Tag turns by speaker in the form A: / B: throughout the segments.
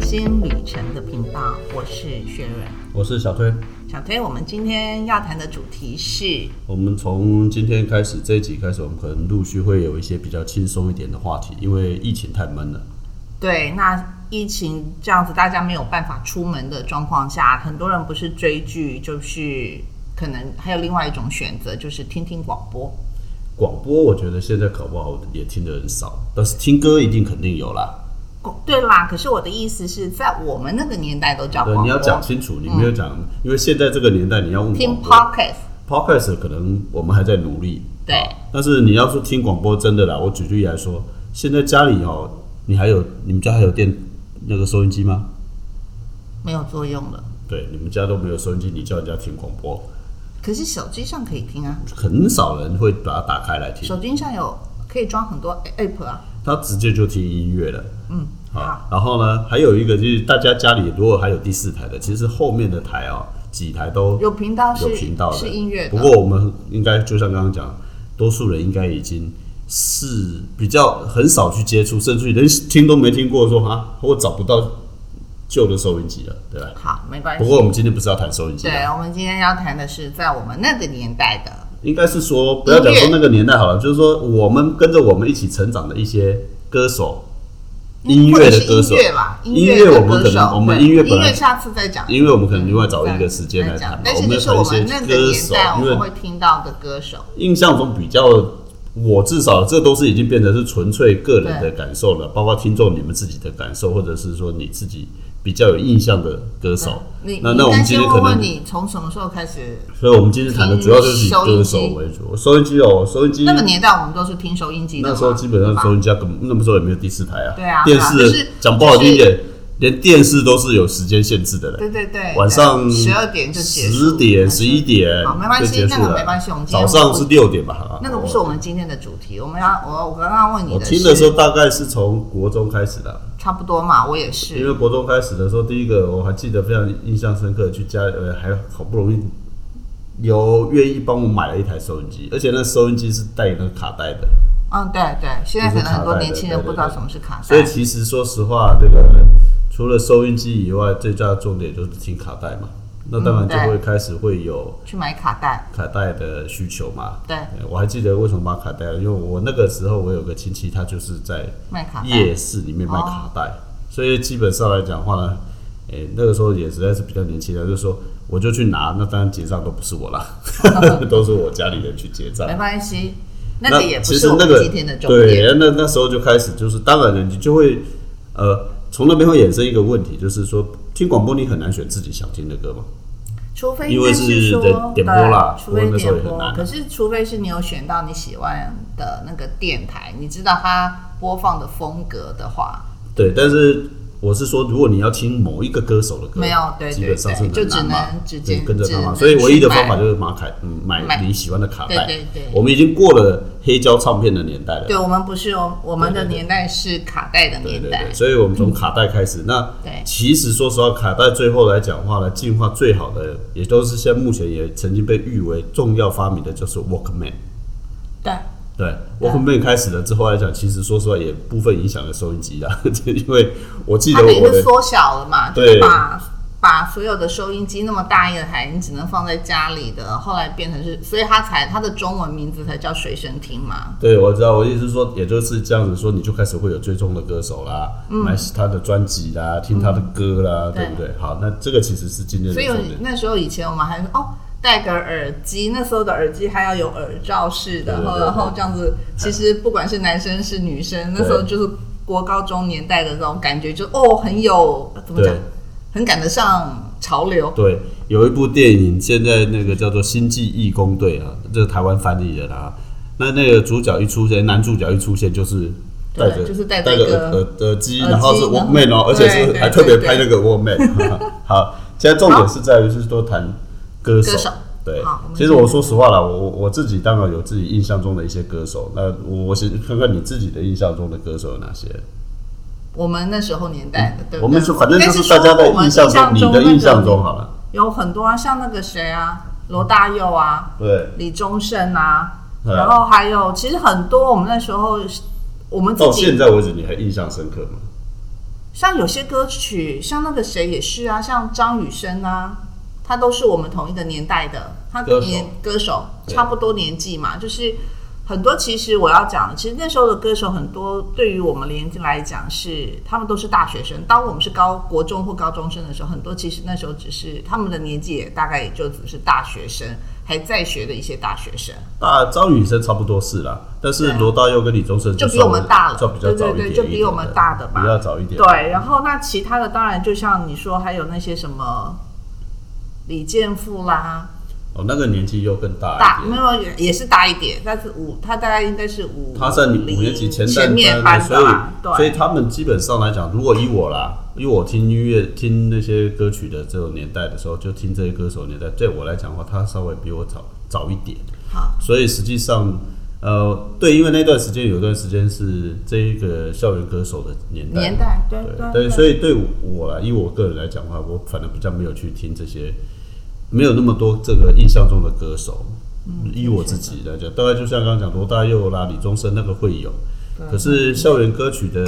A: 新旅程的频道，我是薛润。
B: 我是小推。
A: 小推，我们今天要谈的主题是
B: 我们从今天开始这一集开始，我们可能陆续会有一些比较轻松一点的话题，因为疫情太闷了。
A: 对，那疫情这样子，大家没有办法出门的状况下，很多人不是追剧，就是可能还有另外一种选择，就是听听广播。
B: 广播我觉得现在搞不好也听的人少，但是听歌一定肯定有啦。
A: 广对啦，可是我的意思是在我们那个年代都叫广
B: 对，
A: 播，
B: 你要讲清楚，你没有讲，因为现在这个年代你要问
A: 听
B: 广播
A: podcast，
B: podcast 可能我们还在努力，
A: 对
B: 啊但是你要说听广播，真的啦，我举例来说，现在家里哦，你还有你们家还有电那个收音机吗？
A: 没有作用了。
B: 对，你们家都没有收音机，你叫人家听广播，
A: 可是手机上可以听啊，
B: 很少人会把它打开来听，
A: 手机上有可以装很多 app 啊。
B: 他直接就听音乐了。
A: 嗯，好，
B: 啊，然后呢，还有一个就是大家家里如果还有第四台的，其实后面的台哦，几台都
A: 有频道
B: 有
A: 是
B: 频道的，
A: 是音乐的，
B: 不过我们应该就像刚刚讲，多数人应该已经是比较很少去接触，甚至于连听都没听过说啊，我找不到旧的收音机了，对吧？
A: 好没关
B: 不
A: 系。
B: 过我们今天不是要谈收音机
A: 对，
B: 啊，
A: 我们今天要谈的是在我们那个年代的，
B: 应该是说不要讲说
A: 音乐
B: 那个年代好了，就是说我们跟着我们一起成长的一些歌手，音乐的歌
A: 嗯或者是
B: 手
A: 音乐吧，
B: 音
A: 乐
B: 乐
A: 的
B: 我们
A: 歌
B: 可能
A: 手
B: 我们
A: 对
B: 音乐本
A: 音
B: 来
A: 乐下次再讲。
B: 因为我们可能另外找一个时间来
A: 再讲
B: 谈嘛，
A: 但
B: 我
A: 是
B: 们
A: 就
B: 要
A: 是我
B: 谈一些
A: 们那个
B: 歌
A: 年
B: 手
A: 代，我
B: 因为
A: 们会听到的歌手，
B: 印象中比较，我至少这都是已经变成是纯粹个人的感受了，包括听众你们自己的感受，或者是说你自己比较有印象的歌手。
A: 你
B: 那
A: 你
B: 那我
A: 应该
B: 们今
A: 先
B: 天可
A: 问问
B: 能，
A: 你从什么时候开始？
B: 所以我们今天谈的主要就是以
A: 听
B: 歌手为主。收音机哦，收音机
A: 那个年代我们都是听收音机的嘛，
B: 那时候基本上
A: 对
B: 收
A: 吧
B: 音机啊根本那么时候也没有第四台啊，
A: 对啊
B: 电
A: 对啊就是
B: 视讲不好听一点，连电视都是有时间限制的嘞。
A: 对对对，
B: 晚上
A: 十二点就结束，
B: 十点、十一点
A: 好没关
B: 就
A: 系
B: 结束
A: 那个
B: 了。
A: 没关系我们今
B: 早
A: 天
B: 上
A: 不
B: 是六点吧？啊
A: 那个不是我们今天的主题，我们要我我刚刚问你
B: 我
A: 的
B: 听的时
A: 是
B: 候大概是从国中开始的，
A: 差不多嘛，我也
B: 因
A: 是
B: 为国中开始的时候，第一个我还记得非常印象深刻，去家呃还好不容易有愿意帮我买了一台收音机，而且那收音机是带那个卡带的，
A: 嗯，对对，现在可能很多年轻人不知道什么是卡
B: 所
A: 带
B: 以，其实说实话，这个除了收音机以外，最大的重点就是听卡带嘛，那当然
A: 嗯对
B: 就会开始会有
A: 去买卡带，
B: 卡带的需求嘛。
A: 对，
B: 呃我还记得为什么买卡带了，因为我那个时候我有个亲戚，他就是在
A: 卖卡带，哦
B: 夜市里面卖卡带，所以基本上来讲的话呢，诶、那个时候也实在是比较年轻的，啊就是说我就去拿，那当然结账都不是我啦， 都是我家里人去结账
A: 没。关系，那个也不
B: 其
A: 是
B: 实
A: 我
B: 那
A: 们
B: 个
A: 今天的重点。
B: 对，那那时候就开始就是，当然了，你就会呃，从那边会衍生一个问题，就是说听广播你很难选自己想听的歌嘛。
A: 除非
B: 因
A: 应
B: 为
A: 该
B: 是
A: 是说
B: 人点播啦
A: 对除非
B: 不过那时
A: 点
B: 候也很
A: 播
B: 难。
A: 可是除非是你有选到你喜欢的那个电台，你知道它播放的风格的话，
B: 对，但是我是说，如果你要听某一个歌手的歌，
A: 没有对
B: 基本上是
A: 对对
B: 很难嘛
A: 就只能直
B: 对
A: 接
B: 跟着他嘛。
A: 只能
B: 所以唯一的
A: 去买
B: 方法就是买凯，嗯，买
A: 买
B: 你喜欢的卡带。
A: 对对对
B: 我们已经过了黑胶唱片的年代了。
A: 对我们不是哦，我们的
B: 对对对
A: 年代是卡带的
B: 对
A: 年
B: 对
A: 代
B: 对，，所以我们从卡带开始。那
A: 对
B: 其实说实话，卡带最后来讲话呢，进化最好的，也都是现在目前也曾经被誉为重要发明的，就是 Walkman。
A: 对，
B: 对
A: 对
B: ，Walkman 开始了之后来讲，其实说实话也部分影响了收音机 啦，因为我记
A: 它
B: 得
A: 等于
B: 我
A: 是
B: 的
A: 缩小了嘛，就
B: 对
A: 是把把所有的收音机那么大一个台，你只能放在家里的，后来变成是，所以它才它的中文名字才叫随身听嘛。
B: 对，我知道，我意思是说，也就是这样子说，你就开始会有追踪的歌手啦，
A: 嗯
B: 买他的专辑啦，听他的歌啦，对不对？好，那这个其实是今天的
A: 所以
B: 重
A: 有
B: 点。
A: 那时候以前我们还说哦，戴个耳机，那时候的耳机还要有耳罩式的，
B: 对对对
A: 然后这样子，其实不管是男生是女生，那时候就是国高中年代的这种感觉，就哦很有怎么讲
B: 对，
A: 很赶得上潮流。
B: 对，有一部电影，现在那个叫做《星际义工队》啊，这个台湾翻译的啦。那那个主角一出现，男主角一出现就是戴着
A: 对就是戴着
B: 戴
A: 一个
B: 着耳耳耳机，
A: 耳机
B: 然后是
A: 然后
B: Walkman 哦，而
A: 对
B: 且是
A: 对
B: 还特别拍那个 Walkman。好， 现在重点是在于是说谈歌手
A: 歌手。
B: 对
A: 好我，们
B: 其实我说实话了，我我我自己当然有自己印象中的一些歌手。那我我先看看你自己的印象中的歌手有哪些？
A: 我们那时候年代的，对不对？
B: 嗯我们就反正就
A: 应该
B: 是
A: 是
B: 大家的
A: 说我们
B: 印象中，你的印象中
A: 那个
B: 好了。
A: 有很多啊，像那个谁啊，罗大佑啊，
B: 对，
A: 李宗盛啊，
B: 对
A: 然后还有其实很多我们那时候我们自
B: 到
A: 己
B: 现在为止你还印象深刻吗？
A: 像有些歌曲，像那个谁也是啊，像张雨生啊，他都是我们同一个年代的，他
B: 歌
A: 跟
B: 手
A: 年歌手
B: 对
A: 差不多年纪嘛，就是很多。其实我要讲的，其实那时候的歌手很多，对于我们年纪来讲是他们都是大学生。当我们是高国中或高中生的时候，很多其实那时候只是他们的年纪也大概也就只是大学生，还在学的一些大学生，
B: 那张雨生差不多是啦，但是罗大佑跟李宗盛
A: 啊就比
B: 算
A: 我们大了
B: 就比较早一
A: 对对
B: 点
A: 对
B: 一点的，
A: 就比我们大的吧
B: 比较早一点。
A: 对，然后那其他的当然就像你说，还有那些什么李健富啦，
B: 哦，那个年纪又更大
A: 大
B: 一
A: 没
B: 点。
A: 有也也是大一点，但是五他大概应该是五，
B: 他在你五年级前
A: 前面班
B: 班的，所
A: 的啦，
B: 以
A: 对，
B: 所以他们基本上来讲，如果以我啦，以我听音乐、听那些歌曲的这种年代的时候，就听这些歌手的年代，对我来讲的话，他稍微比我早早一点。
A: 好，
B: 所以实际上，呃，对，因为那段时间有一段时间是这一个校园歌手的年代，
A: 年代对
B: 对
A: 对，
B: 所以对我来，以我个人来讲的话，我反而比较没有去听这些，没有那么多这个印象中的歌手。以我自己来讲，大概就像刚刚讲罗大佑啦、李宗盛那个会有，可是校园歌曲的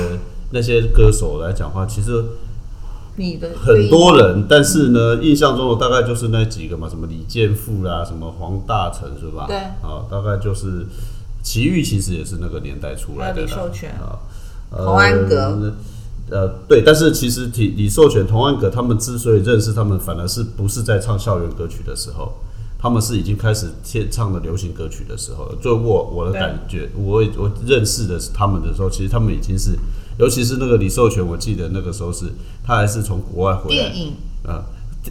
B: 那些歌手来讲的话，其实
A: 你的
B: 很多人，但是呢，印象中的大概就是那几个嘛，什么李健富啦，什么黄大成是吧？
A: 对
B: 啊，大概就是齐豫其实也是那个年代出来的啦。
A: 还有李寿全
B: 啊，
A: 童安格
B: 呃。呃，对，但是其实李李寿全、童安格他们之所以认识他们，反而是不是在唱校园歌曲的时候，他们是已经开始切唱的流行歌曲的时候了。就我我的
A: 对
B: 感觉，我我认识的他们的时候，其实他们已经是，尤其是那个李寿全，我记得那个时候是他还是从国外回来，
A: 电影，
B: 啊，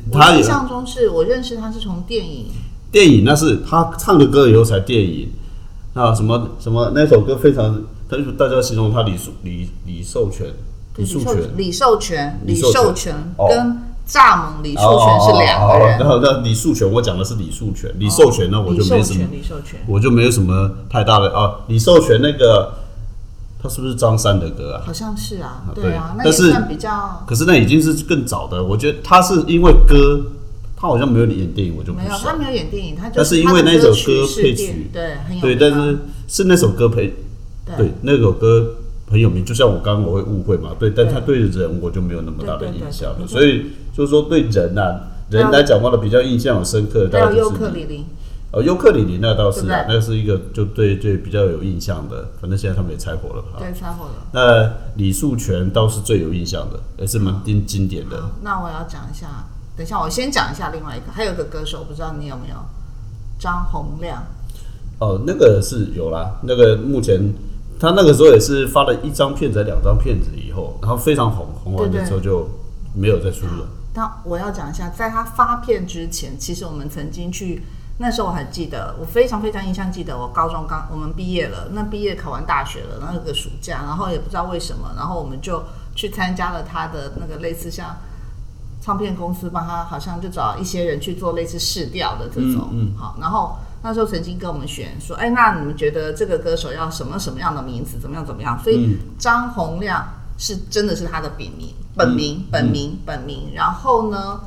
A: 我
B: 他
A: 印
B: 有
A: 象中是我认识他是从电影，
B: 电影，那是他唱的歌以后才电影。啊，什么什么那首歌非常，他就大家形容他李树李李寿全，李
A: 李
B: 树
A: 寿
B: 全，
A: 李寿全
B: 李
A: 李
B: 寿全
A: 寿全
B: 哦
A: 跟蚱蜢李寿全是两个人，
B: 然后哦那李树全，我讲的是李树全，李寿全呢，我就没
A: 李
B: 什
A: 寿
B: 么，
A: 全李寿全，
B: 我就没有什么太大的啊。李寿全那个，他是不是张三的歌啊？
A: 好像是啊
B: 啊，
A: 对啊
B: 对，
A: 那也
B: 但是
A: 算比较
B: 可是那已经是更早的，我觉得他是因为歌，他好像没有演电影，我就不
A: 没有，
B: 熟
A: 他。没有演电影，他就
B: 但是因为
A: 他的
B: 那首
A: 曲
B: 歌
A: 是
B: 配
A: 电
B: 曲
A: 对很有
B: 对，
A: 名
B: 但
A: 啊
B: 是是那首歌陪对
A: 对，
B: 那首歌很有名，就像我刚刚我会误会嘛，对，但
A: 对
B: 他对人我就没有那么大的
A: 对对对
B: 印象了，
A: 对对
B: 所以就是说对人啊，
A: 对啊
B: 人来讲话的比较印象深刻，
A: 还
B: 大
A: 有
B: 概
A: 尤
B: 就
A: 克
B: 是
A: 里里，
B: 哦，尤克里里那倒是啊，
A: 对不
B: 那是一个就对对比较有印象的，反正现在他们也拆伙了哈。
A: 对，猜火了。
B: 那李树全倒是最有印象的，也是蛮经经典的。
A: 好那我要讲一下，等一下我先讲一下另外一个，还有一个歌手，不知道你有没有？张洪亮，
B: 哦，那个是有啦，那个目前他那个时候也是发了一张片子、两张片子以后，然后非常红，红完
A: 对
B: 了
A: 对
B: 之后就没有再出了。
A: 那我要讲一下，在他发片之前，其实我们曾经去，那时候我还记得，我非常非常印象记得，我高中刚我们毕业了，那毕业考完大学了，那个暑假，然后也不知道为什么，然后我们就去参加了他的那个类似像唱片公司帮他，好像就找一些人去做类似试调的这种，
B: 嗯
A: 好，然后那时候曾经跟我们选说，哎，那你们觉得这个歌手要什么什么样的名字，怎么样怎么样？所以张洪亮是真的是他的笔名、本名、本名、本名，然后呢？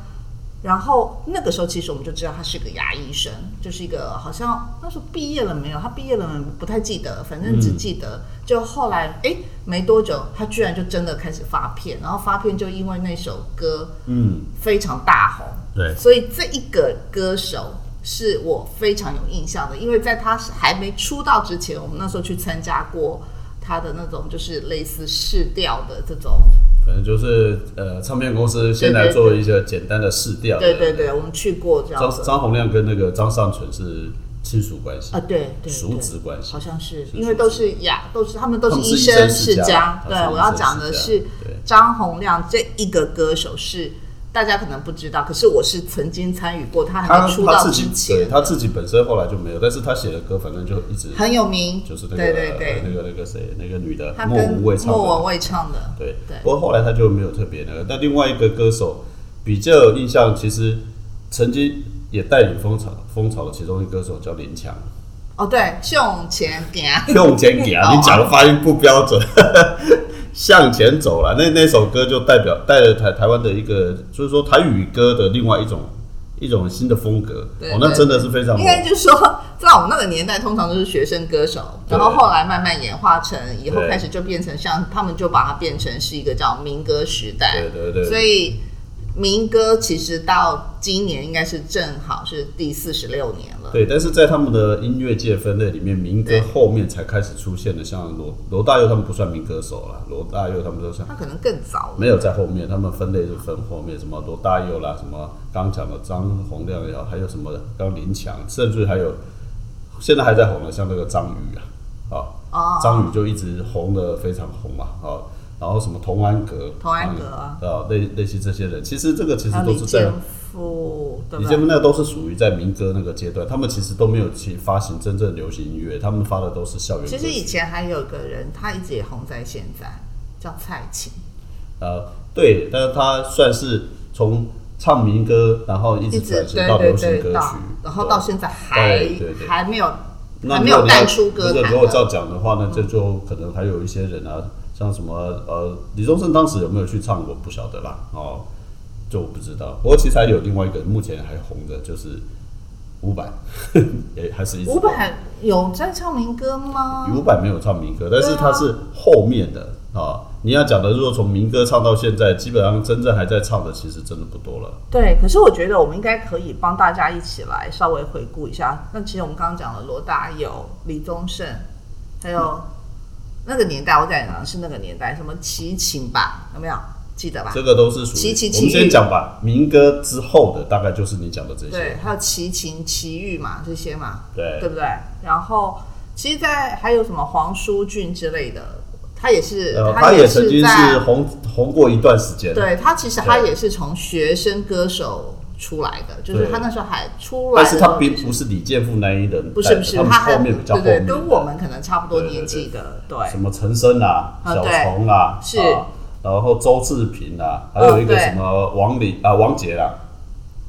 A: 然后那个时候，其实我们就知道他是个牙医生，就是一个好像那时候毕业了没有？他毕业了没有不太记得，反正只记得、就后来哎没多久，他居然就真的开始发片，然后发片就因为那首歌
B: 嗯，
A: 非常大红，
B: 对，
A: 所以这一个歌手是我非常有印象的，因为在他还没出道之前，我们那时候去参加过他的那种就是类似试调的这种，
B: 反正就是呃，唱片公司先来
A: 对对
B: 做一个简单的试调。
A: 对对。对，我们去过这样
B: 张
A: 子，
B: 张洪亮跟那个张尚存是亲属关系
A: 啊，，对对
B: 叔
A: 对。
B: 侄关系
A: 好。像是，
B: 是
A: 因为都是呀，都是他们都
B: 他们是
A: 医
B: 生世
A: 世
B: 家
A: 家。
B: 他
A: 对，
B: 是
A: 我
B: 医
A: 要
B: 生
A: 讲
B: 世
A: 的
B: 家
A: 是
B: 对
A: 张洪亮这一个歌手是大家可能不知道，可是我是曾经参与过他还
B: 他
A: 啊没出
B: 他
A: 道
B: 自
A: 之
B: 己对
A: 前，
B: 他自己本身后来就没有，但是他写的歌反正就一直
A: 很有名，
B: 就是那个
A: 对对
B: 呃那
A: 对，
B: 个那个谁那个女的
A: 他
B: 莫
A: 跟
B: 文蔚唱的。
A: 莫文蔚唱的，
B: 对，
A: 对
B: 不过后来他就没有特别那个。但另外一个歌手比较有印象，其实曾经也带领风潮风潮的其中一个歌手叫林 强。
A: 哦，对，向前走，
B: 向前走啊，
A: 哦
B: 你讲的发音不标准。 向前走了，那那首歌就代表带了台台湾的一个，就是说台语歌的另外一种一种新的风格。
A: 对
B: 哦，那
A: 对
B: 真的是非常
A: 应
B: 猛。
A: 该就是说，在我们那个年代，通常都是学生歌手，
B: 对
A: 然后后来慢慢演化成，以后
B: 对
A: 开始就变成像他们就把它变成是一个叫民歌时代。
B: 对对对
A: 所以民歌其实到今年应该是正好是第四十六年了。
B: 对，但是在他们的音乐界分类里面，民歌
A: 对
B: 后面才开始出现的，像罗罗大佑他们不算民歌手啦，罗大佑他们都算
A: 他可能更早了。
B: 没有在后面，他们分类是分后面，什么罗大佑啦，什么刚讲的张洪亮也好，还有什么刚林强，甚至还有现在还在红的，像那个张宇啊，啊，
A: 哦，
B: 张宇就一直红的非常红嘛，啊，然后什么童安格，
A: 童安格啊
B: 啊，类类似这些人，其实这个其实
A: 还有
B: 都
A: 李
B: 是在
A: 健富，对
B: 李
A: 不
B: 健
A: 对？
B: 锋那都是属于在民歌那个阶段，他们其实都没有去发行真正流行音乐，他们发的都是校园歌
A: 其
B: 曲。
A: 实以前还有个人，他一直也红在现在，叫蔡琴，
B: 呃，对，但是他算是从唱民歌，然后一
A: 一
B: 直
A: 直
B: 转型
A: 对
B: 到流
A: 对
B: 行
A: 对
B: 歌曲
A: 到，，然后到
B: 对
A: 现在还
B: 对对对
A: 还没有
B: 那
A: 还
B: 如
A: 没
B: 果
A: 有
B: 你要
A: 淡出歌
B: 如果
A: 坛
B: 如果照
A: 的。嗯
B: 讲的话呢，这就可能还有一些人啊，像什么呃，李宗盛当时有没有去唱，我不晓得啦，哦，就我不知道。不过其实还有另外一个目前还红的，就是伍佰， 也还是一直
A: 伍佰有在唱民歌吗？
B: 伍佰没有唱民歌，但是
A: 对啊
B: 他是后面的啊。你要讲的，如果从民歌唱到现在，基本上真正还在唱的，其实真的不多了。
A: 对，可是我觉得我们应该可以帮大家一起来稍微回顾一下。那其实我们刚刚讲了罗大佑、李宗盛，还
B: 嗯
A: 有那个年代，我在讲是那个年代，什么齐秦吧，有没有记得吧
B: 这？个都是属于
A: 齐齐
B: 我们
A: 齐豫
B: 先讲吧，民歌之后的大概就是你讲的这
A: 对
B: 些，。
A: 还有齐秦、齐豫嘛，这些嘛，
B: 对
A: 对不对？然后其实在，还有什么黄舒骏之类的，他也是，
B: 呃，
A: 他
B: 他也曾
A: 是
B: 经
A: 在
B: 是红红过一段时间。
A: 对他其实他
B: 对
A: 也是从学生歌手出来的，就是
B: 对
A: 他那时候还出来
B: 但
A: 的
B: 是
A: 时候就是，
B: 他并不是李健富那一人，
A: 不是不是，
B: 他们
A: 他还
B: 后面比较后
A: 对
B: 面
A: 对，
B: 的，
A: 跟我们可能差不多
B: 对对
A: 年纪的，对
B: 什么陈升啊、
A: 啊
B: 小
A: 对
B: 虫啊，
A: 是
B: 啊然后周志平啊，还有一
A: 嗯
B: 个
A: 对
B: 什么王林啊、王杰啦，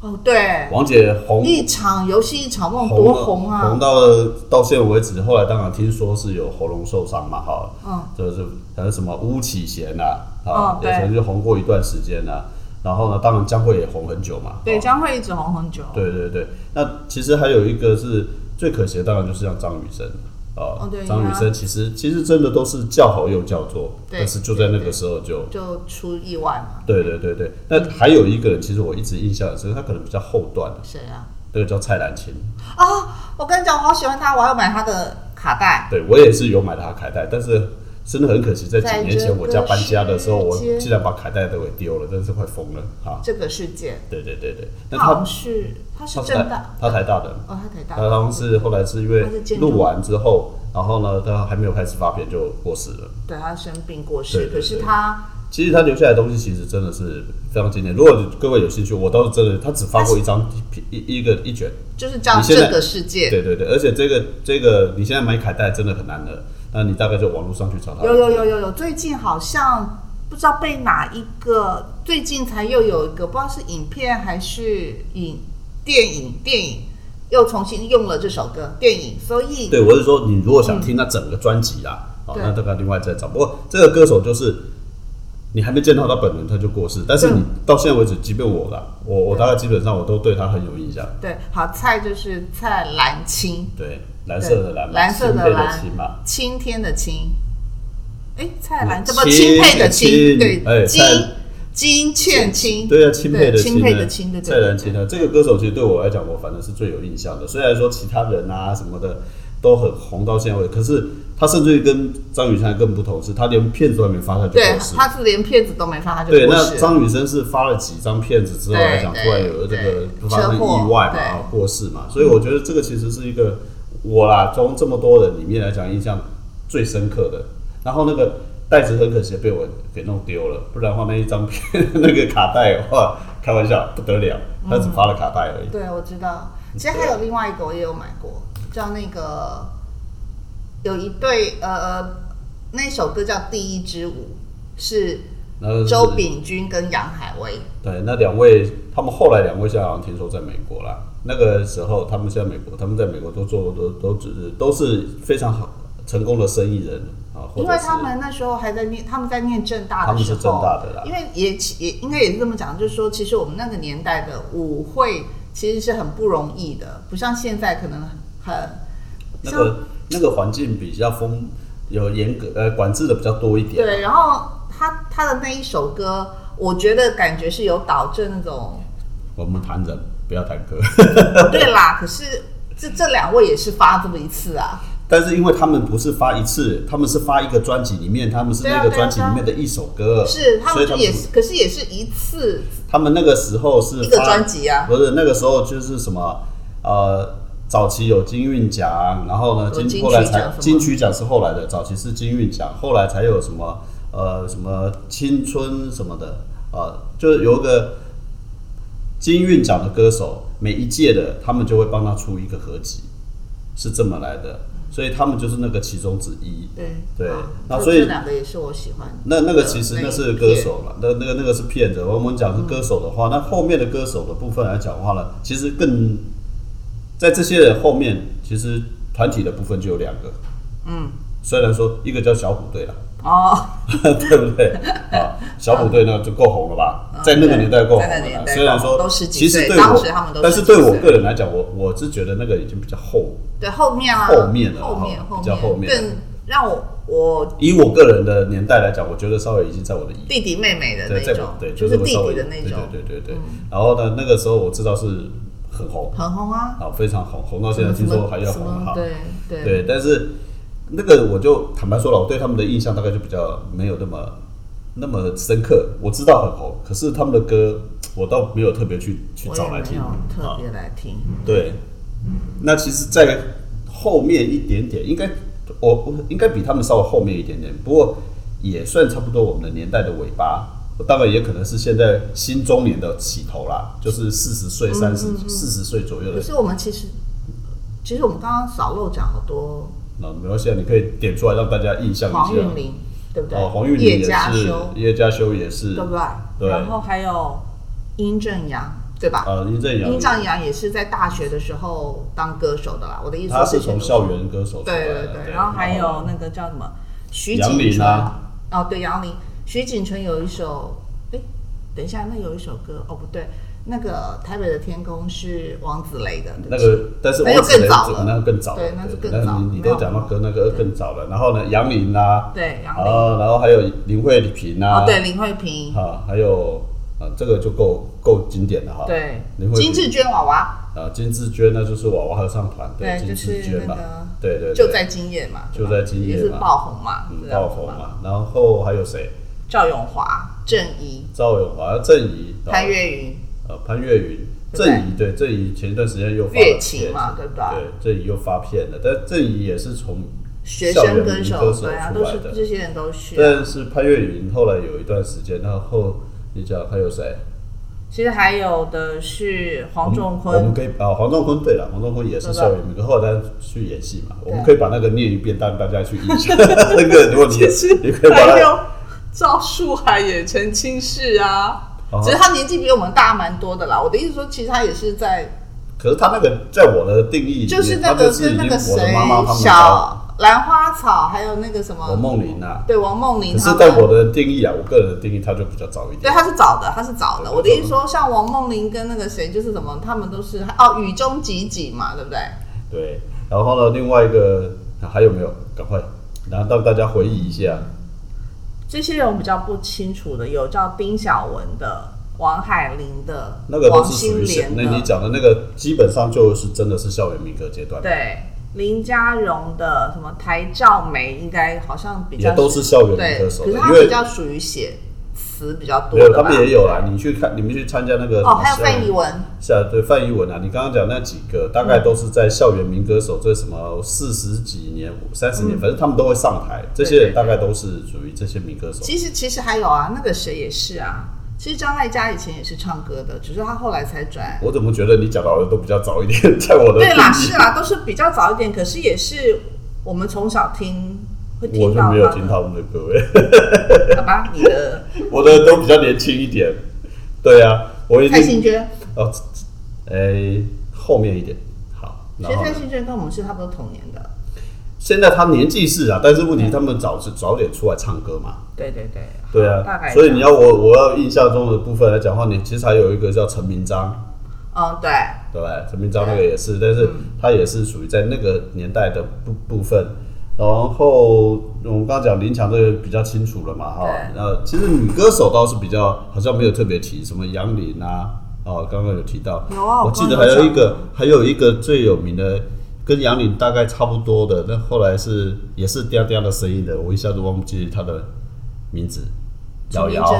A: 哦对，
B: 王杰红
A: 一场游戏一场梦
B: 红
A: 多
B: 了
A: 红啊
B: 红，到了到现在为止，后来当然听说是有喉咙受伤嘛，哈，
A: 嗯，
B: 就是还有什么巫启贤呐，
A: 嗯，
B: 啊也
A: 对
B: 曾经红过一段时间呐、然后呢，当然江蕙也红很久嘛，
A: 对，
B: 哦
A: 将会一直红很久，
B: 对对对。那其实还有一个是最可惜的，当然就是像张雨生啊
A: 哦对，
B: 张雨
A: 呀
B: 生其实其实真的都是叫好又叫座，
A: 对
B: 但是就在那
A: 对
B: 个
A: 对
B: 时候就。
A: 就出意外嘛，
B: 对对对对，那还有一个人，其实我一直印象很深，他可能比较后段，
A: 谁啊？
B: 那个叫蔡澜琴。
A: 啊，我跟你讲，我好喜欢他，我还要买他的卡带，
B: 对我也是有买他的卡带，但是真的很可惜，在几年前我家搬家的时候，我
A: 在这个世界
B: 竟然把卡带都给丢了，真是快疯了啊！
A: 这个事件，
B: 对对对对，那
A: 他好像
B: 他
A: 是他是
B: 他
A: 正
B: 台
A: 大，
B: 他台大的，
A: 哦，他台大
B: 他，好像是后来是因为
A: 他是建筑
B: 录完之后，然后呢，他还没有开始发片就过世了。
A: 对他生病过
B: 对
A: 世，
B: 对
A: 可是
B: 对
A: 他
B: 其实他留下来的东西其实真的是非常经典。如果各位有兴趣，我倒是真的，他只发过一张一一个一卷，
A: 就是叫
B: 你现在
A: 这个世界，
B: 对对对，而且这个这个你现在买卡带真的很难的，那你大概就网络上去找他。
A: 有有有有有，最近好像不知道被哪一个，最近才又有一个，不知道是影片还是影电影电影，又重新用了这首歌电影，所以
B: 对，我是说，你如果想听他整个专辑啦，哦，
A: 嗯对
B: 那大概另外再找。不过这个歌手就是你还没见到他本人，他就过世。但是
A: 对
B: 你到现在为止，即便我啦，我我大概基本上我都对他很有印象。
A: 对好蔡就是蔡澜青，
B: 对，蓝色的蓝
A: 对
B: 嘛，
A: 蓝色的
B: 钦佩的
A: 蓝
B: 钦嘛，
A: 青天的青，哎蔡澜
B: 嗯
A: 这不
B: 钦
A: 钦佩的钦
B: 钦哎
A: 对金
B: 蔡
A: 金倩青
B: 对啊，钦佩的
A: 对钦佩
B: 呢
A: 的钦对对
B: 蔡澜
A: 对
B: 钦呢，啊这个歌手其实对我来讲，我反正是最有印象的。虽然说其他人啊什么的都很红到现在为止，可是他甚至于跟张雨生还更不同，是他连片子都还没发他就
A: 对
B: 过世了。
A: 他是连片子都没发他就
B: 对，
A: 过
B: 那
A: 世了，
B: 张雨生是发了几张片子之后
A: 对
B: 来讲，突
A: 对
B: 然有了这个
A: 对
B: 发生
A: 车祸
B: 意外嘛，
A: 对
B: 啊过世嘛，所以我觉得这个其实是一个我啦，从这么多人里面来讲，印象最深刻的。然后那个袋子很可惜被我给弄丢了，不然的话那一张片 那个卡带的话，开玩笑不得了，他只发了卡带而已。
A: 对，我知道。其实还有另外一个我也有买过，叫那个有一对呃呃，那首歌叫《第一支舞》，是
B: 然后是
A: 周秉钧跟杨海威。
B: 对，那两位他们后来两位现在好像听说在美国啦。那个时候他们现在美国，他们在美国都做都都只是都是非常好成功的生意人啊，或
A: 因
B: 者
A: 为
B: 是
A: 他们那时候还在念，他们在念正大
B: 他
A: 的
B: 们
A: 时
B: 是
A: 候，
B: 正大的啦
A: 因为也也应该也是这么讲，就是说，其实我们那个年代的舞会其实是很不容易的，不像现在可能很
B: 那
A: 像
B: 个那个环境比较封，有严格呃管制的比较多一点。
A: 对，然后他他的那一首歌，我觉得感觉是有导正那种
B: 我们谈人，不要谈歌。
A: 对啦，可是这这两位也是发这么一次啊，
B: 但是因为他们不是发一次，他们是发一个专辑里面，他们是
A: 对啊
B: 那个
A: 对啊
B: 专辑
A: 对啊
B: 里面的一首歌，
A: 是他
B: 呃所
A: 们
B: 以他
A: 就
B: 们
A: 也是，可是也是一次
B: 他们那个时候是
A: 一个
B: 发
A: 专辑啊，
B: 不是那个时候就是什么呃，早期有金韵奖，然后呢
A: 有金
B: 后来
A: 曲奖
B: 才
A: 什么
B: 金曲奖是后来的，早期是金韵奖，后来才有什么呃什么青春什么的啊、就是有一个金韵奖的歌手，每一届的他们就会帮他出一个合集，是这么来的，所以他们就是那个其中之一。
A: 对
B: 对
A: 啊
B: 那
A: 这
B: 所以
A: 这两个也是我喜欢的。
B: 那那个其实
A: 啊那
B: 那
A: 一
B: 是歌手了，那那个那个是骗子。我们讲是歌手的
A: 嗯
B: 话，那后面的歌手的部分来讲话呢，其实更在这些人后面，其实团体的部分就有两个。
A: 嗯，
B: 虽然说一个叫小虎队啦，
A: 哦，
B: 对不对？啊，小虎队呢就够红了吧，
A: 嗯
B: 在那个年代够红
A: 在
B: 了
A: 那个年
B: 啦。
A: 代
B: 虽然说
A: 都十几
B: 其实
A: 岁
B: 对
A: 当
B: 我
A: 时他们都，
B: 但是
A: 十几
B: 对我
A: 岁
B: 个人来讲，我我是觉得那个已经比较后。
A: 对，后面啊，
B: 后面了
A: 后面，
B: 哈
A: 后
B: 比较后面啊
A: 更让我我
B: 以我个人的年代来讲，我觉得稍微已经在我的
A: 弟弟妹妹的
B: 对，
A: 那
B: 在
A: 种，
B: 对，
A: 就是
B: 我
A: 弟
B: 稍
A: 弟
B: 微
A: 的那种，嗯
B: 对对对对对。然后呢，那个时候我知道是很红，
A: 很红啊。
B: 啊，非常红，红到现
A: 什
B: 在
A: 么
B: 听说还要
A: 什
B: 红
A: 么
B: 哈。
A: 对对
B: 对，但是那个我就坦白说了，我对他们的印象大概就比较没有那么那么深刻。我知道很红，可是他们的歌我倒没有特别去去
A: 我也
B: 找来
A: 没
B: 听
A: 有特
B: 啊。
A: 别来听，
B: 对，那其实，在后面一点点，应该我我应该比他们稍微后面一点点，不过也算差不多我们的年代的尾巴。当然也可能是现在新中年的起头啦，就是四十
A: 嗯
B: 岁、三十、四十岁左右的
A: 可。是我们其实，其实我们刚刚少漏讲好多
B: 那没关系啊，你可以点出来让大家印象一下。
A: 黄韵玲，对不对？
B: 哦，黄韵玲
A: 叶
B: 也
A: 嘉
B: 是
A: 修，，
B: 叶嘉修也是
A: 对，不对？
B: 对
A: 然后还有殷正阳，对吧？
B: 呃，林正
A: 殷
B: 阳，
A: 正阳也是在大学的时候当歌手的啦。我的意思
B: 他
A: 这
B: 是
A: 些
B: 从
A: 都
B: 校园歌手出来
A: 对
B: 的。
A: 对对，然后还有那个叫什么徐
B: 杨
A: 锦
B: 林
A: 纯
B: 啊，
A: 哦对杨林，徐锦纯有一首，哎，等一下，那有一首歌哦不对，那个台北的天空是王子雷的，对不
B: 那
A: 起
B: 个，但是
A: 那
B: 王
A: 又
B: 子
A: 更
B: 雷
A: 早
B: 这
A: 了
B: 个那个更早了，
A: 对那是更
B: 那
A: 早
B: 你你
A: 没有
B: 都讲到跟那个更早了，然后呢，杨林啊，
A: 对杨
B: 然
A: 林，
B: 后然后还有林慧萍啊，
A: 哦对林慧萍，
B: 啊，还有啊，这个就够够经典了哈。，
A: 对
B: 林慧萍
A: 金志娟娃娃，
B: 啊，金志娟那就是娃娃合唱团，
A: 对
B: 金
A: 就是
B: 志娟
A: 那
B: 嘛
A: 个，
B: 对对，对
A: 就在今夜嘛，
B: 就在今夜
A: 也是
B: 嘛
A: 爆红嘛啊
B: 嗯，
A: 这样
B: 爆
A: 子
B: 红
A: 嘛，
B: 嘛，然后还有谁？
A: 赵咏华、郑怡、
B: 赵咏华、郑怡、然后
A: 潘越云、
B: 呃潘越云、
A: 对不对
B: 郑怡，对郑怡前一段时间又发
A: 乐
B: 了
A: 器
B: 片，
A: 嘛，对不对？
B: 对郑怡又发片了，但郑怡也是从
A: 学
B: 校
A: 生
B: 园
A: 歌
B: 民
A: 手，
B: 歌手
A: 对啊，
B: 出
A: 都
B: 来
A: 是
B: 的
A: 这些人都是啊、
B: 但是潘越云后来有一段时间，然后你讲还有谁？
A: 其实还有的是黄仲
B: 我们
A: 坤，
B: 可以啊，黄仲坤 对了，黄仲坤也是
A: 对吧
B: 校园民歌，后来去演戏嘛。
A: 对
B: 我们可以把那个念一遍，让大家去印 象。那个如果你你可以把
A: 还
B: 它
A: 有赵树海也曾经是啊，
B: 哦
A: 只是他年纪比我们大蛮多的啦。我的意思说，其实他也是在，
B: 可是他那个在我的定义里面，
A: 就是那
B: 他
A: 个
B: 是
A: 跟
B: 已
A: 那
B: 经
A: 个
B: 我
A: 谁
B: 的妈妈他们家
A: 小兰花草，还有那个什
B: 王
A: 么，
B: 梦玲啊。
A: 对王梦
B: 可
A: 玲，
B: 是
A: 他
B: 在
A: 们
B: 我的定义啊，我个人的定义，他就比较早一
A: 对，
B: 点。
A: 他是早的，他是早的。我的意思说，像王梦玲跟那个谁，就是什么，他们都是哦，雨中几几嘛，对不对？
B: 对，然后呢，另外一个啊还有没有？赶快，然后让大家回忆一下。
A: 这些人我比较不清楚的，有叫丁晓雯的、王海玲的、
B: 那个都
A: 王
B: 是属
A: 心
B: 于校
A: 莲啊
B: 那你
A: 的，
B: 讲的那个，基本上就是真的是校园民歌阶段，
A: 对，林嘉荣的什么台照梅，应该好像比较
B: 也都是校园民
A: 对，
B: 歌手
A: 可
B: 的
A: 是他
B: 因为
A: 比较属于写词比较多
B: 没有
A: 的
B: 他
A: 吧
B: 们也有啦。你去看，你们去参加那个
A: 哦，还有
B: 什么校
A: 范逸文，
B: 校对范逸文啊，你刚刚讲那几个，大概都是在校园民歌手，这什么四十几年、三
A: 嗯
B: 十年，反正他们都会上台。这些人大概都是属于这些民歌手。
A: 其实其实还有啊，那个谁也是啊。其实张艾嘉以前也是唱歌的，只是他后来才转。
B: 我怎么觉得你讲到的都比较早一点， 在我的
A: 对啦，
B: 定义
A: 是啦，都是比较早一点，可是也是我们从小听会
B: 我
A: 听
B: 就
A: 到
B: 没有
A: 他
B: 听
A: 的
B: 他们的 歌诶。
A: 好吧，你的
B: 我的都比较年轻一点。 对啊，我已
A: 蔡幸
B: 经
A: 娟，
B: 哦，哎，后面一点好。
A: 其
B: 然
A: 实
B: 后呢
A: 蔡幸娟跟我们是差不多同年的。
B: 现在他年纪是啊，但是问题他们早是早点出来唱歌嘛。
A: 对对对，
B: 对
A: 大
B: 啊，
A: 概
B: 所以你
A: 要
B: 要我我要印象中的部分来讲的话，你其实还有一个叫陈明章，
A: 嗯对，
B: 对吧？陈明章那个也是，但是他也是属于在那个年代的部部分。然后我们刚刚讲林强这个比较清楚了嘛，哈
A: 对。
B: 那其实女歌手倒是比较好像没有特别提什么杨林啊，哦，刚刚有提到。
A: 有啊我
B: 我
A: 刚
B: 记
A: 刚
B: 得还
A: 有
B: 有一
A: 讲
B: 个还有一个最有名的。跟杨林大概差不多的，那后来是也是嗲嗲的声音的，我一下子忘记他的名字，
A: 朱
B: 瑶
A: 明
B: 瑶。
A: 真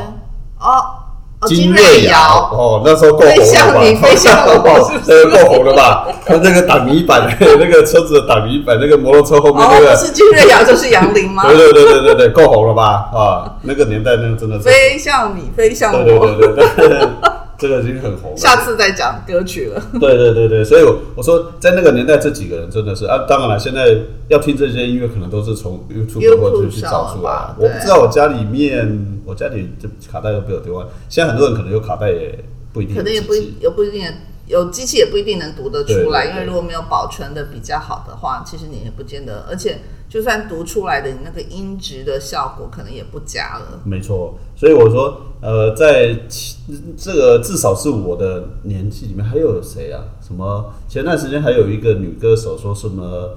A: 哦哦，
B: 金
A: 瑞
B: 瑶
A: 瑶，
B: 哦，那时候够红了吧？
A: 飞向你飞向我
B: 对，够红了吧？他那个挡泥板， 那个车子的挡泥板，那个摩托车后面那
A: 哦，
B: 个
A: 不，是金瑞瑶就是杨林吗？
B: 对对对对对对，够红了吧？啊，那个年代那个真的是，对
A: 飞向你，飞向
B: 对
A: 我。
B: 对对对， 这个已经很红了。
A: 下次再讲歌曲了。
B: 对对对对，所以我我说在那个年代，这几个人真的是啊，当然了，现在要听这些音乐，可能都是从 YouTube
A: YouTube
B: 或者去找
A: 上
B: 出
A: 了
B: 来
A: 吧。
B: 我
A: 对
B: 不知道我家里面，我家里这卡带都被我丢完，现在很多人可能有卡带也不一定有
A: 可
B: 嗯机
A: 能
B: 器，
A: 也不一也不一定有机器也不一定能读得
B: 对
A: 出来，
B: 对
A: 因为
B: 对
A: 如果没有保存的比较好的话，其实你也不见得，而且就算读出来的，你那个音质的效果可能也不佳了。
B: 没错，所以我说，呃，在其这个至少是我的年纪里面，还有谁啊？什么？前段时间还有一个女歌手说什么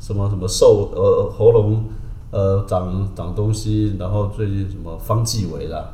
B: 什么什么瘦呃喉咙呃长长东西，然后最近什么方季韦啦，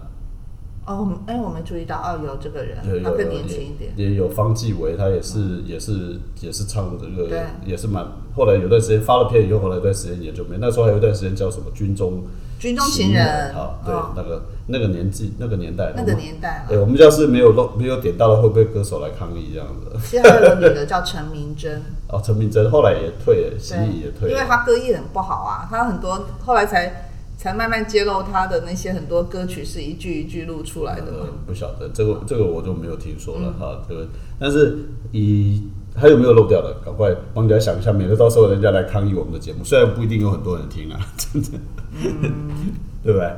A: 哦，哎，我没注意到，哦，有这个人
B: 有，
A: 他
B: 有
A: 更
B: 有
A: 年轻一点，
B: 也也有方季韦，他也是也是也是唱这个
A: 对，啊
B: 也是蛮后来有段时间发了片以后，后来一段时间也就没，那时候还有一段时间叫什么军中
A: 《军中情人》
B: 啊，对，
A: 哦，
B: 那个那个年纪那个年代
A: 那个年代啊
B: 对，
A: 了。
B: 我们要是没有漏没有点到的，会不会歌手来抗议这样子？
A: 其实还有个女的叫陈明真，
B: 哦，陈明真后来也退了，习艺也
A: 对
B: 退
A: 因为
B: 了。
A: 她歌艺很不好啊，她很多后来才才慢慢揭露她的那些很多歌曲是一句一句录出来的嘛嗯
B: 呃，不晓得这个这个我就没有听说了哈，这个但是以还有没有漏掉的，赶快帮大家想一下，免得到时候人家来抗议我们的节目，虽然不一定有很多人听啊，真的，
A: 嗯
B: 对不对？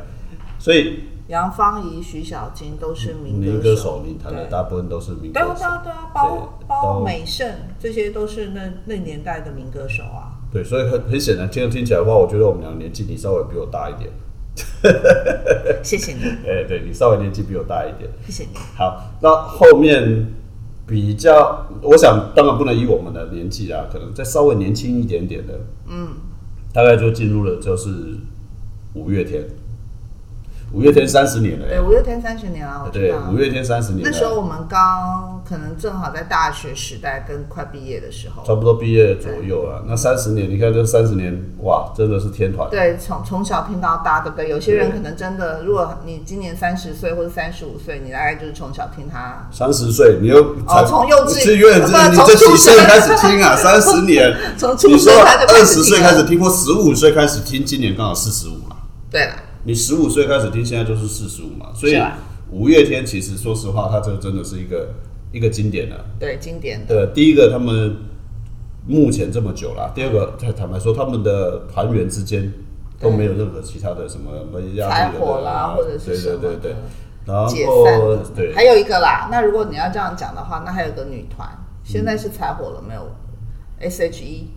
B: 所以
A: 杨芳仪、徐小菁都是民
B: 民
A: 歌
B: 歌手，你谈的
A: 对
B: 大部分都是嗯民歌
A: 对啊，
B: 手
A: 对，啊，对啊，包
B: 对
A: 包
B: 包
A: 美胜这些都是那那年代的民歌手啊。
B: 对，所以很很显然，这样听起来的话，我觉得我们两个年纪你稍微比我大一点，
A: 谢谢你，
B: 哎，对你稍微年纪比我大一点，
A: 谢谢你。
B: 好，那后面比较，我想当然不能以我们的年纪啊，可能再稍微年轻一点点的，
A: 嗯，
B: 大概就进入了就是五月天，五月天三十年了、
A: 对，
B: 欸，
A: 五月天三十年啊了，我知
B: 对，
A: 道
B: 五。月天三十年了，啊
A: 那时候我们刚可能正好在大学时代跟快毕业的时候，
B: 差不多毕业左右了，那三十年，你看这三十年，哇，真的是天团，
A: 对，从从小听到大，对不对？有些人
B: 对
A: 可能真的，如果你今年三十岁或者三十五岁，你大概就是从小听他。
B: 三十岁，你又才
A: 哦从幼稚
B: 是幼稚，
A: 不
B: 你
A: 从
B: 这几
A: 出
B: 岁
A: 生
B: 开始听 啊？三十年，
A: 从出
B: 你说
A: 生他就开
B: 二
A: 始
B: 十
A: 听啊
B: 岁
A: 了
B: 开始听，或十五岁开始听，今年刚好四十五了。
A: 对了，
B: 你十五岁开始听，现在就是四十五嘛，所以
A: 是啊
B: 五月天其实说实话，它这真的是一个一个经典了、
A: 对，经典的
B: 对，第一个他们目前这么久了，第二个坦坦白说，他们的团员之间都没有任何其他的什么什么
A: 柴火啦，或者是什
B: 啊对
A: 么
B: 对对对
A: 的，
B: 然后
A: 解散
B: 对
A: 还有一个啦，那如果你要这样讲的话，那还有个女团，现在是柴火了没有？S.H.E，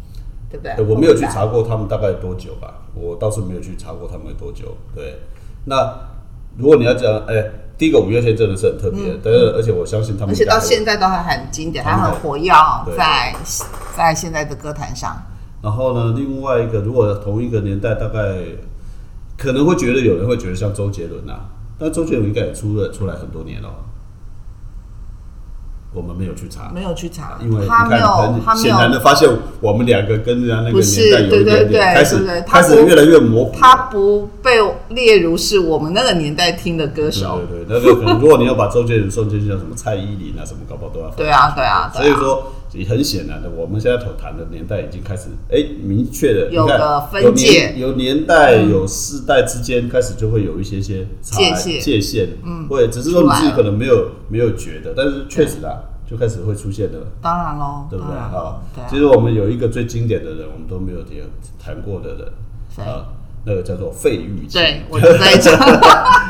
A: 对不对
B: 对？呃我没有去查过他们大概多久吧，我倒是没有去查过他们有多久。对，那如果你要讲，哎、第一个五月天真的是很特别，但是而且我相信他
A: 嗯而
B: 们
A: 且
B: 家还
A: 到
B: 有，
A: 现在都还很经典，还
B: 他们
A: 很
B: 还
A: 活跃
B: 对，
A: 在在现在的歌坛上。
B: 然后呢，另外一个如果同一个年代，大概可能会觉得有人会觉得像周杰伦啊，但周杰伦应该也出了出来很多年了，我们没有去查。
A: 没有去查，
B: 因为你
A: 他
B: 看
A: 没有，他
B: 很
A: 没
B: 显然
A: 有，
B: 的发现，我们两个跟人家那个
A: 不是
B: 年代有一点
A: 对对对
B: 点开始
A: 对对他
B: 开始
A: 不
B: 越来越模糊了。
A: 他不被列入是我们那个年代听的歌手。
B: 对对对，那个可能如果你要把周杰伦算进去，像什么蔡依林啊，什么搞不好都要放。
A: 对啊，对啊，
B: 所以
A: 对啊。
B: 说，很显然的，我们现在所谈的年代已经开始，哎，明确的
A: 有
B: 你看
A: 个分
B: 有
A: 界嗯
B: 年有年代、有世代之间开始就会有一些些差
A: 界限
B: 界限，嗯，或者只是说你自己可能没有没有觉得，但是确实啊，就开始会出现的，
A: 当然喽，
B: 对不对
A: 当然
B: 啊
A: 咯？对嗯啊
B: 其实我们有一个最经典的人，我们都没有提谈过的
A: 谁
B: 人啊，那个叫做费玉清，
A: 对，我就在讲，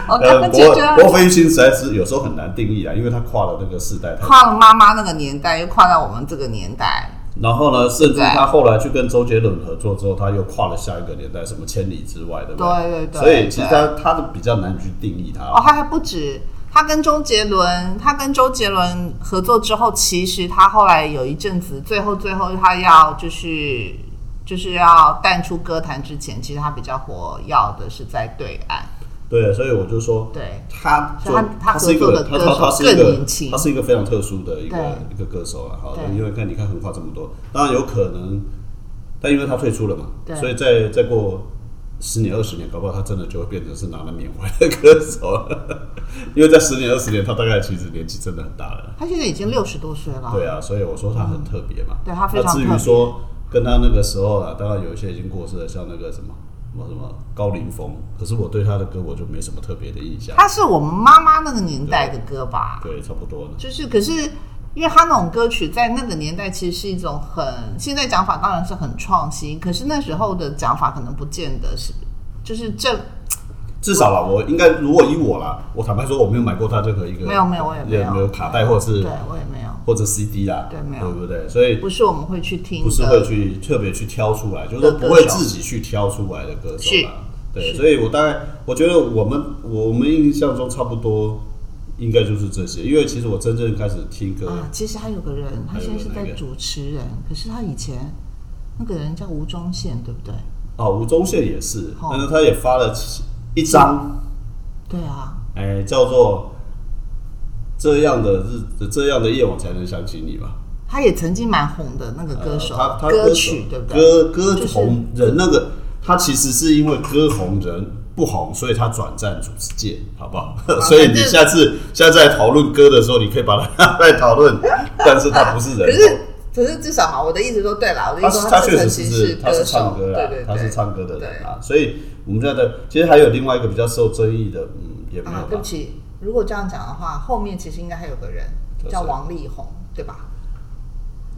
A: 我刚
B: 呃，
A: 刚
B: 不
A: 就
B: 过
A: 觉
B: 不
A: 得
B: 过飞行实在是有时候很难定义啊，因为它跨了那个世代太。
A: 跨了妈妈那个年代，又跨到我们这个年代。
B: 然后呢，甚至
A: 对
B: 他后来去跟周杰伦合作之后，他又跨了下一个年代，什么千里之外，对不
A: 对
B: 对？
A: 对对
B: 所以其实他他的比较难去定义他。
A: 哦，他还不止，他跟周杰伦，他跟周杰伦合作之后，其实他后来有一阵子，最后最后他要就是就是要淡出歌坛之前，其实他比较火要的是在对岸，
B: 对，所以我就说，
A: 对，
B: 他就
A: 所以他
B: 是一
A: 他合作
B: 个
A: 的
B: 他
A: 歌
B: 他
A: 手
B: 他是一
A: 更
B: 个
A: 年轻
B: 他是一个非常特殊的一个
A: 对
B: 一个歌手了哈，
A: 对
B: 因为看你看横跨这么多，当然有可能，但因为他退出了嘛，
A: 对
B: 所以再再过十年二十年，搞不好他真的就会变成是拿了缅怀的歌手 了，因为在十年二十年，他大概其实年纪真的很大了，
A: 他现在已经六十多岁了，
B: 对啊，所以我说他很特别嘛，
A: 对他非常
B: 那至
A: 特
B: 于
A: 别
B: 说跟他那个时候啊，当然有一些已经过世了，像那个什么。什么什么高凌风，可是我对他的歌我就没什么特别的印象。
A: 他是我们妈妈那个年代的歌吧？
B: 对，差不多了。
A: 就是，可是因为他那种歌曲在那个年代其实是一种很，现在讲法当然是很创新，可是那时候的讲法可能不见得是，就是这
B: 至少啦，我应该如果以我啦，我坦白说我没有买过他任何一个，
A: 没有没有我也没
B: 也
A: 有
B: 没有卡带或是
A: 对我也没有，
B: 或者 CD 啦，
A: 对没有
B: 不对？所以
A: 不是我们会去听的，
B: 不是会去特别去挑出来，就是说不会自己去挑出来的歌手
A: 是
B: 啦。对，
A: 是
B: 所以我大概我觉得我们我们印象中差不多应该就是这些，因为其实我真正开始听歌，
A: 啊。其实还有个人，他
B: 还有
A: 现在是
B: 哪
A: 在
B: 个
A: 主持人，可是他以前那个人叫吴宗宪，对不对？
B: 哦，吴宗宪也是，
A: 哦
B: 但是他也发了一张
A: 对啊，
B: 哎，叫做这样的日这样的夜晚才能想起你吧。
A: 他也曾经蛮红的那个歌手，
B: 呃他他
A: 歌
B: 手
A: 曲对不对？
B: 歌歌
A: 就是
B: 红人那个，他其实是因为歌红人不红，所以他转战主持界，好不好？
A: 哦
B: 所以你下次下次来讨论歌的时候，你可以把它 来讨论，但是他不是
A: 可
B: 人哦
A: 是
B: 红。
A: 可是至少嘛，我的意思说对啦，我的
B: 他
A: 意思
B: 是
A: 说
B: 他
A: 是
B: 确
A: 曾
B: 实
A: 经
B: 是他
A: 歌
B: 是
A: 手
B: 唱，歌
A: 对
B: 啦
A: 对对，，
B: 他是唱歌的
A: 对
B: 人啊，所以我们在的其实还有另外一个比较受争议的，嗯，也没
A: 啊，
B: 有
A: 对不
B: 吧，
A: 起，如果这样讲的话，后面其实应该还有个人
B: 就是
A: 叫王力宏，对吧？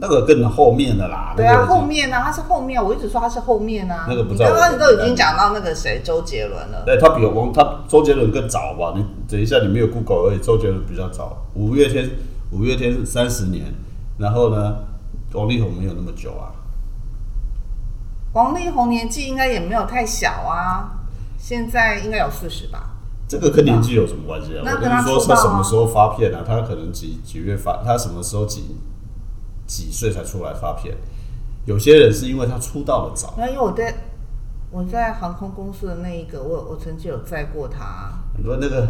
B: 那个更后面的啦，
A: 对啊，
B: 那个已经
A: 后面呢、他是后面，我一直说他是后面啊。
B: 那个不
A: 你
B: 在我
A: 刚刚
B: 的
A: 都
B: 名
A: 已
B: 单
A: 经
B: 里
A: 讲到那个谁，周杰伦了。
B: 对，他比王他周杰伦更早吧？你等一下，你没有 Google 而已，周杰伦比较早。五月天，五月天是三十年，然后呢，王力宏没有那么久啊。
A: 王力宏年纪应该也没有太小啊，现在应该有四十吧。
B: 这个跟年纪有什么关系啊？
A: 那
B: 我
A: 跟
B: 跟
A: 他
B: 你说，
A: 出道
B: 他
A: 啊
B: 什么时候发片啊？他可能几几月发？他什么时候几几岁才出来发片？有些人是因为他出道的早，
A: 那因为我在我在航空公司的那一个，我我曾经有载过他。
B: 你说那个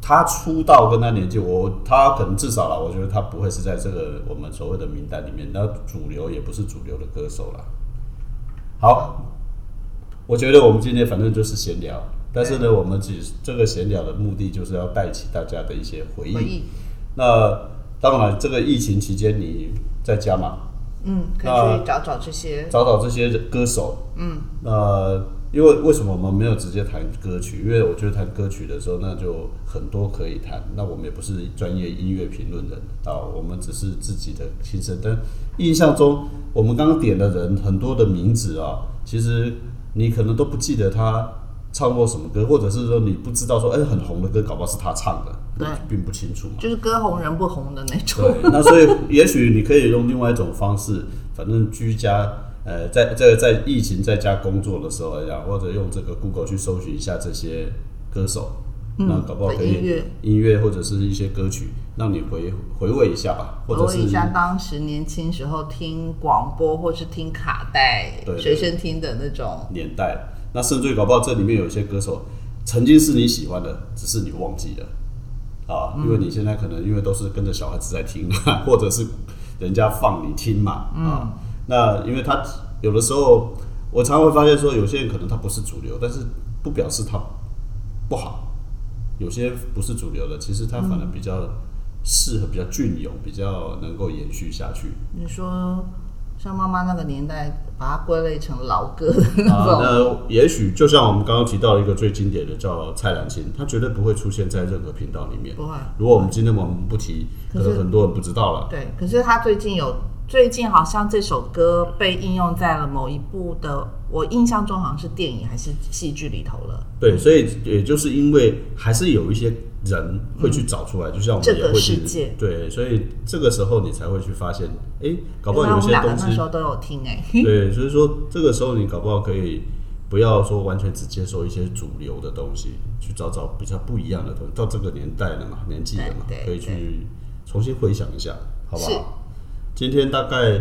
B: 他出道跟他年纪，我他可能至少啦，我觉得他不会是在这个我们所谓的名单里面，那主流也不是主流的歌手啦。好，我觉得我们今天反正就是闲聊，但是呢，我们只这个闲聊的目的就是要带起大家的一些回忆。
A: 回忆，
B: 那当然，这个疫情期间你在家嘛，
A: 嗯，可以
B: 那
A: 去找找这些。
B: 找找这些歌手，嗯，呃，因为为什么我们没有直接谈歌曲？因为我觉得谈歌曲的时候，那就很多可以谈。那我们也不是专业音乐评论人啊，我们只是自己的心声。但印象中，我们刚刚点的人很多的名字啊，其实你可能都不记得他唱过什么歌，或者是说你不知道说，哎、很红的歌，搞不好是他唱的，
A: 对
B: 并不清楚嘛。
A: 就是歌红人不红的那种，
B: 对， 那所以也许你可以用另外一种方式，反正居家，呃，在在在疫情在家工作的时候呀，或者用这个 Google 去搜寻一下这些歌手，
A: 嗯
B: 那搞不好可
A: 音乐
B: 以音乐或者是一些歌曲，让你回回味一下吧，或
A: 回
B: 者
A: 味
B: 是
A: 一下当时年轻时候听广播或是听卡带
B: 对对
A: 随身听的那种。
B: 年代，那甚至于搞不好这里面有一些歌手曾经是你喜欢的，只是你忘记了啊，因为你现在可能因为都是跟着小孩子在听， 或者是人家放你听嘛啊，那因为他有的时候我常常会发现说，有些人可能他不是主流，但是不表示他不好，有些不是主流的，其实他反而比较适合、比较隽永、比较能够延续下去。
A: 你说像妈妈那个年代，把它归类成老歌的那
B: 啊，
A: 种，
B: 那也许就像我们刚刚提到一个最经典的叫蔡澜清，他绝对不会出现在任何频道里面。
A: 不会。
B: 如果我们今天我们不提，
A: 可
B: 可
A: 是
B: 能很多人不知道了。
A: 对，可是他最近有，最近好像这首歌被应用在了某一部的，我印象中好像是电影还是戏剧里头了。
B: 对，所以也就是因为还是有一些人会去找出来，就像我们
A: 这
B: 也
A: 个
B: 会去
A: 世界
B: 对，所以这个时候你才会去发现，哎、搞不好
A: 原来
B: 有
A: 我们
B: 些
A: 两个
B: 东
A: 那
B: 西
A: 时候都有听哎、
B: 对，所以说这个时候你搞不好可以不要说完全只接受一些主流的东西，去找找比较不一样的东西。到这个年代了嘛，年纪了嘛
A: 对，对
B: 可以去重新回想一下，好不
A: 是
B: 好？今天大概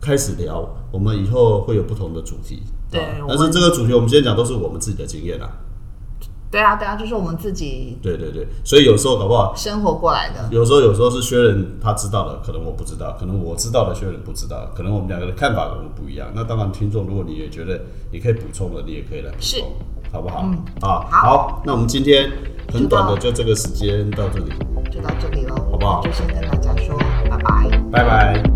B: 开始聊，我们以后会有不同的主题。
A: 对
B: 啊
A: 我
B: 但
A: 们
B: 是这个主题我们今天讲都是我们自己的经验啦。
A: 对啊，对啊，就是我们自己
B: 对对对，所以有时候搞不好，
A: 生活过来的，
B: 有时候有时候是薛仁他知道的，可能我不知道，可能我知道的薛仁不知道，可能我们两个的看法可能不一样。那当然，听众如果你也觉得你可以补充的，你也可以来补
A: 是
B: 充，好不好？嗯、啊，
A: 好
B: 好，那我们今天很短的就这个时间到这里，
A: 就到这里了，
B: 好不好
A: 就先跟大家说拜拜。
B: 拜拜。